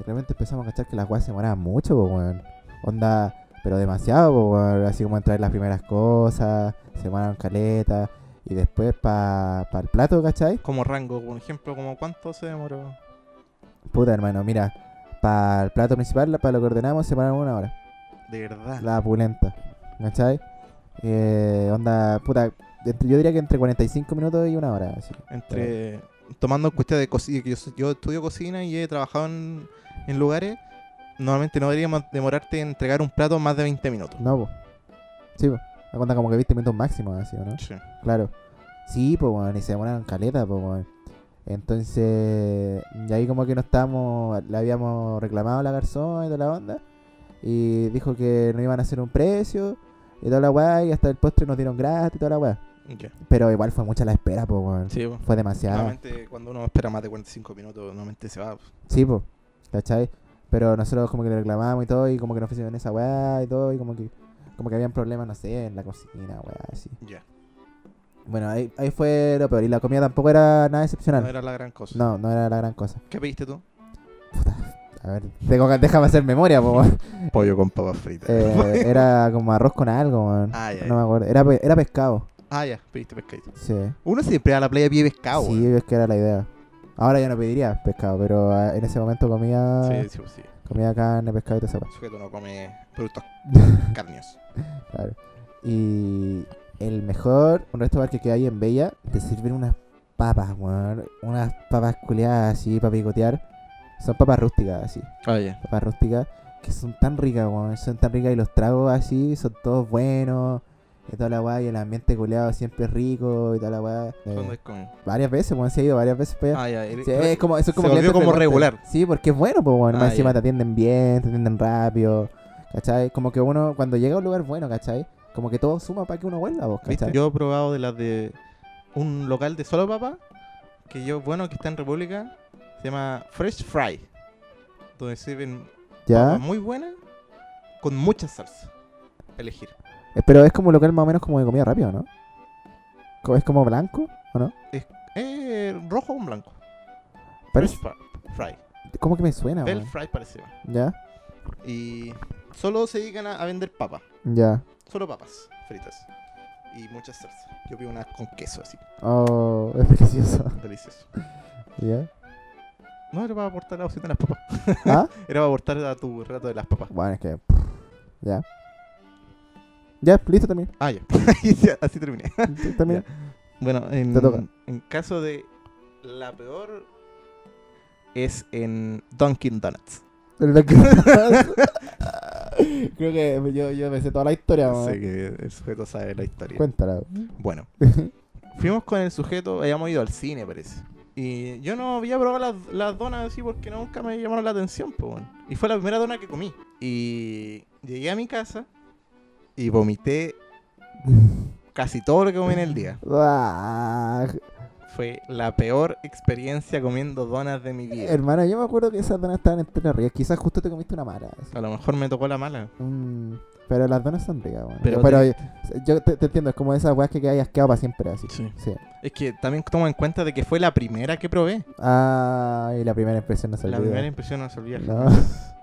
S1: Y de repente empezamos a cachar que las weas se demoraban mucho, pues, weón. Onda, pero demasiado, pues, weón. Así como entrar las primeras cosas, se demoraron caleta. Y después para el plato, ¿cachai?
S2: Como rango, por ejemplo, como cuánto se demoró.
S1: Puta, hermano, mira. Para el plato principal, para lo que ordenamos, se pararon una hora.
S2: De verdad.
S1: La pulenta. ¿Cachai? Eh, onda, puta. entre- yo diría que entre 45 minutos y una hora. así.
S2: entre tomando en cuestión de cocina, que yo, soy- yo estudio cocina y he trabajado en, en lugares, normalmente no deberíamos demorarte en entregar un plato más de 20 minutos.
S1: No, po. Sí, po. Me cuenta como que 20 minutos máximo, así, ¿o ¿no?
S2: Sí.
S1: Claro. Sí, pues, weón, y se demoraron caleta, pues, weón. Entonces, y ahí como que no estábamos, le habíamos reclamado a la garzón y toda la onda. Y dijo que no iban a hacer un precio y toda la weá, y hasta el postre nos dieron gratis y toda la weá.
S2: Ya.
S1: Pero igual fue mucha la espera, pues, weón.
S2: Sí, po.
S1: Fue demasiado.
S2: Normalmente cuando uno espera más de 45 minutos, normalmente se va. po.
S1: Sí, pues, ¿cachai? Pero nosotros como que le reclamamos y todo, y como que nos ofrecieron esa weá y todo, y como que, como que habían problemas, no sé, en la cocina, weá, así.
S2: Ya.
S1: Bueno, ahí, ahí fue lo peor. Y la comida tampoco era nada
S2: No
S1: excepcional.
S2: era la gran cosa.
S1: No, no era la gran cosa.
S2: ¿Qué pediste tú?
S1: A ver, tengo que, déjame hacer memoria, po, weón.
S2: Pollo con papas fritas.
S1: Eh, Era como arroz con algo, weón.
S2: ah, ya.
S1: No
S2: ya.
S1: me acuerdo. Era, pe- era pescado.
S2: Ah, ya. Pediste pescadito.
S1: Sí.
S2: Uno siempre a la playa pide pescado.
S1: sí,
S2: Ah, weón.
S1: es que era la idea. Ahora ya no pediría pescado, pero ah, en ese momento comía,
S2: Sí, pues sí, sí.
S1: comía carne, pescado y todo eso.
S2: El sujeto no come productos cárneos.
S1: Claro. Y el mejor, un restaurante que hay en Bella, te sirven unas papas, weón. Unas papas culeadas así para picotear. Son papas rústicas, así.
S2: Ah, ya.
S1: papas rústicas que son tan ricas, weón. Son tan ricas y los tragos así son todos buenos. Y toda la weá, y el ambiente culeado siempre es rico y toda la weá. Eh,
S2: ¿Cuándo es comido?
S1: varias veces, weón, se ha ido varias veces para allá.
S2: Ah, ya.
S1: Sí, es como, eso es como
S2: se volvió
S1: cliente
S2: como
S1: frecuente.
S2: regular.
S1: Sí, porque es bueno, pues bueno,
S2: Ah,
S1: más encima
S2: ya.
S1: te atienden bien, te atienden rápido, ¿cachai? Como que uno, cuando llega a un lugar bueno, ¿cachai? Como que todo suma para que uno vuelva, vos,
S2: ¿Viste?
S1: ¿cachai?
S2: Yo he probado de las de un local de solo papa, que yo, bueno, que está en República, se llama Fresh Fry, donde sirven
S1: ¿Ya?
S2: papas muy buenas con mucha salsa. Elegir.
S1: Eh, Pero es como un local más o menos como de comida rápida, ¿no? Co- ¿Es como blanco o no?
S2: Eh, rojo o blanco.
S1: Parece, Ah,
S2: Fresh fa- Fry.
S1: ¿Cómo que me suena,
S2: Bell
S1: weón?
S2: Fry parece.
S1: ¿Ya?
S2: Y solo se dedican a, a vender papas.
S1: Ya.
S2: Solo papas fritas. Y mucha salsa. Yo pido una con queso así.
S1: Oh, es precioso.
S2: Delicioso.
S1: ¿Ya?
S2: No era para aportar la opción de las papas.
S1: ¿Ah?
S2: Era para aportar a tu rato de las papas.
S1: Bueno, es que... pff, Ya. Ya, listo también.
S2: Ah, ya. Y ya, así terminé.
S1: También.
S2: Bueno,
S1: Te toca.
S2: en, en caso de la peor es en Dunkin' Donuts.
S1: El McDonald's. Creo que yo, yo me sé toda la historia. weón.
S2: Sé que el sujeto sabe la historia.
S1: Cuéntala.
S2: Bueno, fuimos con el sujeto, habíamos ido al cine, parece. Y yo no había probado las, las donas así porque nunca me llamaron la atención, po, weón. Y fue la primera dona que comí. Y llegué a mi casa y vomité casi todo lo que comí en el día.
S1: Ah,
S2: Fue la peor experiencia comiendo donas de mi vida.
S1: hermano, yo me acuerdo que esas donas estaban entre rías. Quizás justo te comiste una mala. así.
S2: A lo mejor me tocó la mala.
S1: Mm, pero las donas son ricas, weón.
S2: Pero
S1: Pero, yo te, te entiendo, es como esas weas que quedas asqueado para siempre. Así.
S2: Sí.
S1: Sí.
S2: Es que también tomo en cuenta de que fue la primera que probé.
S1: Ah, y la primera impresión no se
S2: La
S1: olvida.
S2: primera impresión no se olvida.
S1: No.
S2: jamás.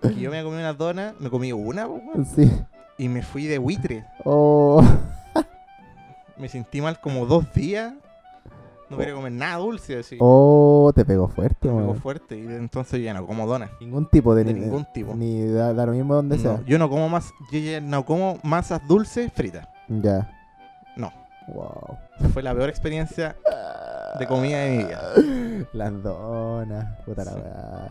S2: Porque yo me comí una dona, me comí una, po, weón,
S1: Sí.
S2: y me fui de buitre.
S1: Oh.
S2: Me sentí mal como dos días. No quería comer nada dulce así.
S1: Oh, te pegó fuerte,
S2: Me pegó
S1: weón.
S2: fuerte. Y entonces ya no como donas.
S1: Ningún tipo de,
S2: De ningún tipo.
S1: Ni da, da lo mismo donde
S2: No,
S1: sea.
S2: yo no como más. Yo ya no como masas dulces fritas.
S1: Ya.
S2: No.
S1: Wow.
S2: Fue la peor experiencia de comida de mi vida.
S1: Las donas, puta la
S2: Sí.
S1: weá.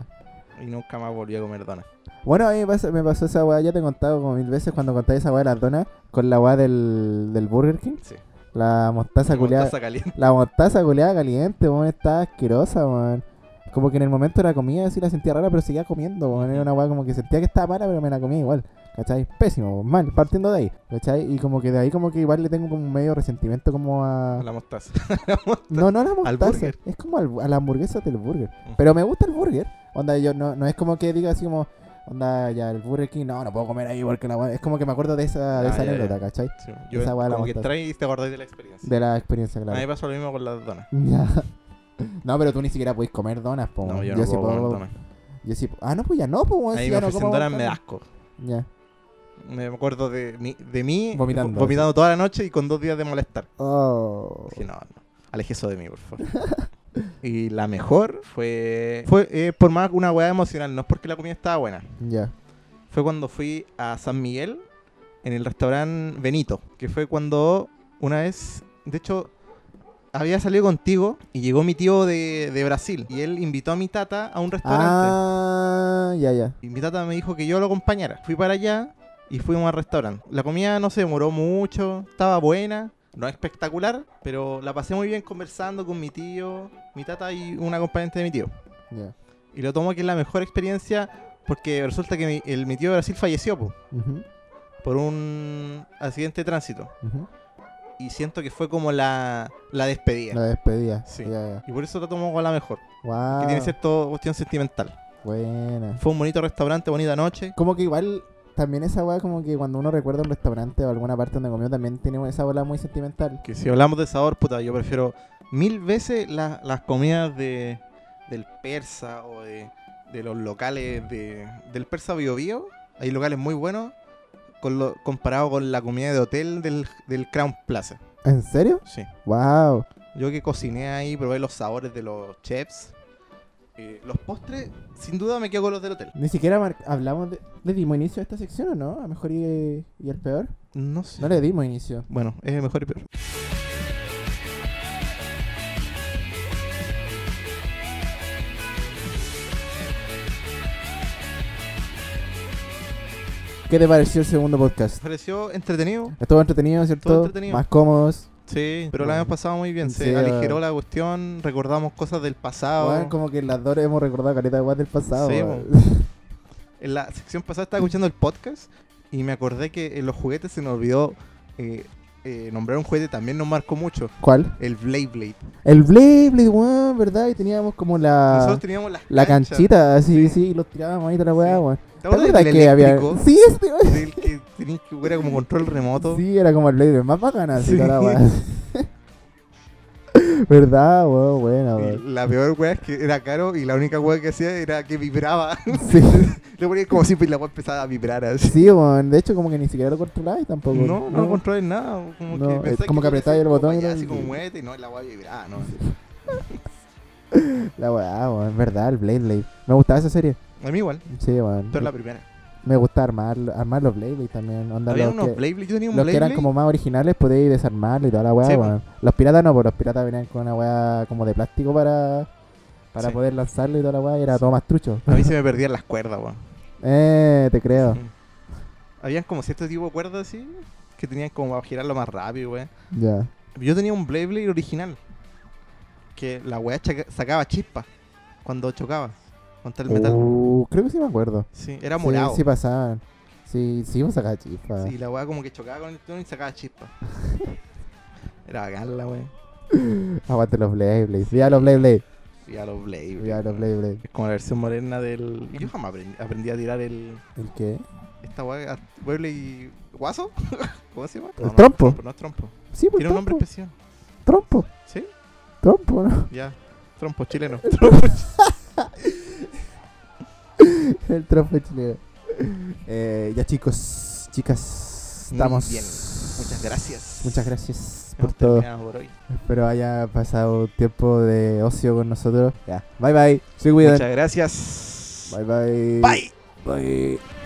S2: Y nunca más volví a comer donas.
S1: Bueno, a mí me pasó, me pasó esa weá, ya te he contado como mil veces cuando conté esa weá de las donas con la weá del, del Burger King.
S2: Sí.
S1: La mostaza culeada.
S2: Mostaza caliente.
S1: La mostaza culeada caliente, weón, estaba asquerosa, weón. Como que en el momento la comía así la sentía rara, pero seguía comiendo, weón. Era una weá como que sentía que estaba mala, pero me la comía igual. ¿Cachai? Pésimo, weón, mal, partiendo de ahí. ¿Cachai? Y como que de ahí como que igual le tengo como un medio resentimiento como a...
S2: La mostaza.
S1: No, no a la
S2: Al
S1: mostaza.
S2: burger.
S1: Es como al- a la hamburguesa del burger.
S2: Ujú.
S1: Pero me gusta el burger. Onda, yo no, no es como que diga así como, onda, ya el burger King, no, no puedo comer ahí porque la weá- Es como que me acuerdo de esa, de
S2: Ah,
S1: esa
S2: ya, ya.
S1: anécdota, ¿cachai?
S2: Sí, yo
S1: Esa hueá la
S2: como que
S1: mostaza.
S2: traes y te acordáis de la experiencia.
S1: De la experiencia, claro.
S2: A mí me pasó lo mismo con las donas.
S1: Ya. No, pero tú ni siquiera podés comer donas, po.
S2: No,
S1: weón.
S2: yo no
S1: sí
S2: puedo comer donas.
S1: Yo sí, ah, no, pues ya no, pues.
S2: Ahí
S1: si
S2: me
S1: ya no
S2: ofrecen
S1: como
S2: donas, me da
S1: donas.
S2: asco.
S1: Ya.
S2: Me acuerdo de mí, de mí
S1: Vomitando.
S2: vomitando toda la noche y con dos días de molestar.
S1: Oh.
S2: Dije, no, no, aleje eso de mí, por favor. y la mejor fue. Fue eh, por más una hueá emocional, no es porque la comida estaba buena.
S1: Ya.
S2: Fue cuando fui a San Miguel en el restaurante Benito, que fue cuando una vez. De hecho, había salido contigo y llegó mi tío de, de Brasil y él invitó a mi tata a un restaurante.
S1: Ah, ya, ya.
S2: Y mi tata me dijo que yo lo acompañara. Fui para allá y fuimos al restaurante. La comida no se demoró mucho, estaba buena, no espectacular, pero la pasé muy bien conversando con mi tío, mi tata y un acompañante de mi tío.
S1: Ya.
S2: Y lo tomo que es la mejor experiencia porque resulta que mi, el, mi tío de Brasil falleció po,
S1: Ujú,
S2: por un accidente de tránsito.
S1: ujú.
S2: Y siento que fue como la, la despedida.
S1: La despedía.
S2: Sí.
S1: Ya, ya.
S2: Y por eso la tomo con la mejor,
S1: Wow.
S2: que tiene cierta cuestión sentimental.
S1: Buena.
S2: Fue un bonito restaurante, bonita noche.
S1: Como que igual. También esa weá, como que cuando uno recuerda un restaurante o alguna parte donde comió, también tiene esa bola muy sentimental.
S2: Que si hablamos de sabor, puta, yo prefiero mil veces la- las comidas de, del persa o de, de los locales de, del persa Bio Bio. Hay locales muy buenos con lo, comparado con la comida de hotel del, del Crown Plaza.
S1: ¿En serio?
S2: Sí.
S1: Wow.
S2: Yo que cociné ahí, probé los sabores de los chefs. Eh, los postres, sin duda me quedo con los del hotel.
S1: Ni siquiera mar- hablamos de. ¿Le dimos inicio a esta sección o no? A mejor y, y el peor.
S2: No sé.
S1: No le dimos inicio.
S2: Bueno, es mejor y peor.
S1: ¿Qué te pareció el segundo podcast?
S2: Pareció entretenido.
S1: Estuvo entretenido, ¿cierto?
S2: Estuvo entretenido.
S1: Más cómodos.
S2: Sí, pero la
S1: Bueno.
S2: hemos pasado muy bien. Se
S1: Sí,
S2: aligeró
S1: bueno.
S2: la cuestión, recordamos cosas del pasado.
S1: Weón, como que las dos hemos recordado caleta de guas del pasado.
S2: Sí,
S1: weón.
S2: En la sección pasada estaba escuchando el podcast y me acordé que en los juguetes se me olvidó eh, eh, nombrar un juguete también nos marcó mucho,
S1: ¿Cuál?
S2: el Blade Blade.
S1: El Blade Blade, weón, ¿verdad? Y teníamos como la,
S2: Nosotros teníamos las
S1: Ah, la
S2: canchas.
S1: canchita, así, sí, y los tirábamos ahí de la weá,
S2: Sí.
S1: weón.
S2: ¿Te acuerdas del
S1: que había.?
S2: eléctrico?
S1: Sí, ese te iba a-
S2: Del que tenías que era como control remoto.
S1: Sí, era como el Blade Blade, más bacana, así,
S2: Sí.
S1: toda la weá. ¿Verdad, weón? Bueno,
S2: Y
S1: weón.
S2: la peor weá es que era caro y la única weá que hacía era que vibraba.
S1: Sí.
S2: Le ponía como si y la weá empezaba a vibrar así.
S1: Sí, weón. De hecho, como que ni siquiera lo controlabas tampoco.
S2: No, no, controles nada. Como
S1: No,
S2: que,
S1: es
S2: pensaba
S1: como que
S2: podía
S1: apretáis
S2: ser
S1: el
S2: como
S1: botón y
S2: allá,
S1: no-
S2: así como muévete y no, la weá vibraba. No.
S1: La weá, weón. ¿Verdad? El Blade Blade. Me gustaba esa serie.
S2: A mí igual,
S1: Sí, weón.
S2: pero la primera.
S1: Me gusta armar, armar los Beyblade también. Onda,
S2: Había
S1: los
S2: unos
S1: que-
S2: Beyblade, yo tenía un
S1: Los que eran
S2: Beyblade.
S1: como más originales podéis desarmarlo y toda la weá,
S2: Sí, po.
S1: weón. Los piratas no, pues los piratas venían con una weá como de plástico para, para
S2: Sí.
S1: poder lanzarlo y toda la weá, y era todo más trucho.
S2: A mí se me perdían las cuerdas, weón.
S1: Eh, te creo.
S2: Habían como cierto tipo de cuerdas así que tenían como para girarlo más rápido, weón.
S1: Ya.
S2: Yo tenía un Beyblade original que la weá chaca- sacaba chispa cuando chocaba contra el metal.
S1: Uh, creo que sí me acuerdo.
S2: Sí, era
S1: Sí,
S2: morado.
S1: Sí, pasaban. Sí, sí, vamos a sacar chispa.
S2: Sí, la weá como que chocaba con el tono y sacaba chispa. Era bacán la weá.
S1: Aguante los Blade Blade. Viva los Blade Blade.
S2: Viva los Blade.
S1: Viva los
S2: weón.
S1: Blade Blade.
S2: Es como la versión moderna del. Yo jamás aprendí, aprendí a tirar el.
S1: ¿El qué?
S2: Esta weá. Beyblade. ¿Guaso? ¿Cómo se llama?
S1: El trompo.
S2: No es trompo.
S1: Sí, pues
S2: Tiene un nombre
S1: trompo.
S2: especial.
S1: Trompo.
S2: ¿Sí?
S1: Trompo, ¿no?
S2: Ya. Trompo chileno.
S1: El trompo chileno. Eh, ya chicos, chicas,
S2: Muy
S1: estamos.
S2: bien. Muchas gracias.
S1: Muchas gracias por
S2: Hemos
S1: todo.
S2: terminado por hoy.
S1: Espero haya pasado un tiempo de ocio con nosotros. Ya. Bye bye. Se cuidan.
S2: Muchas gracias.
S1: Bye bye.
S2: Bye.
S1: Bye.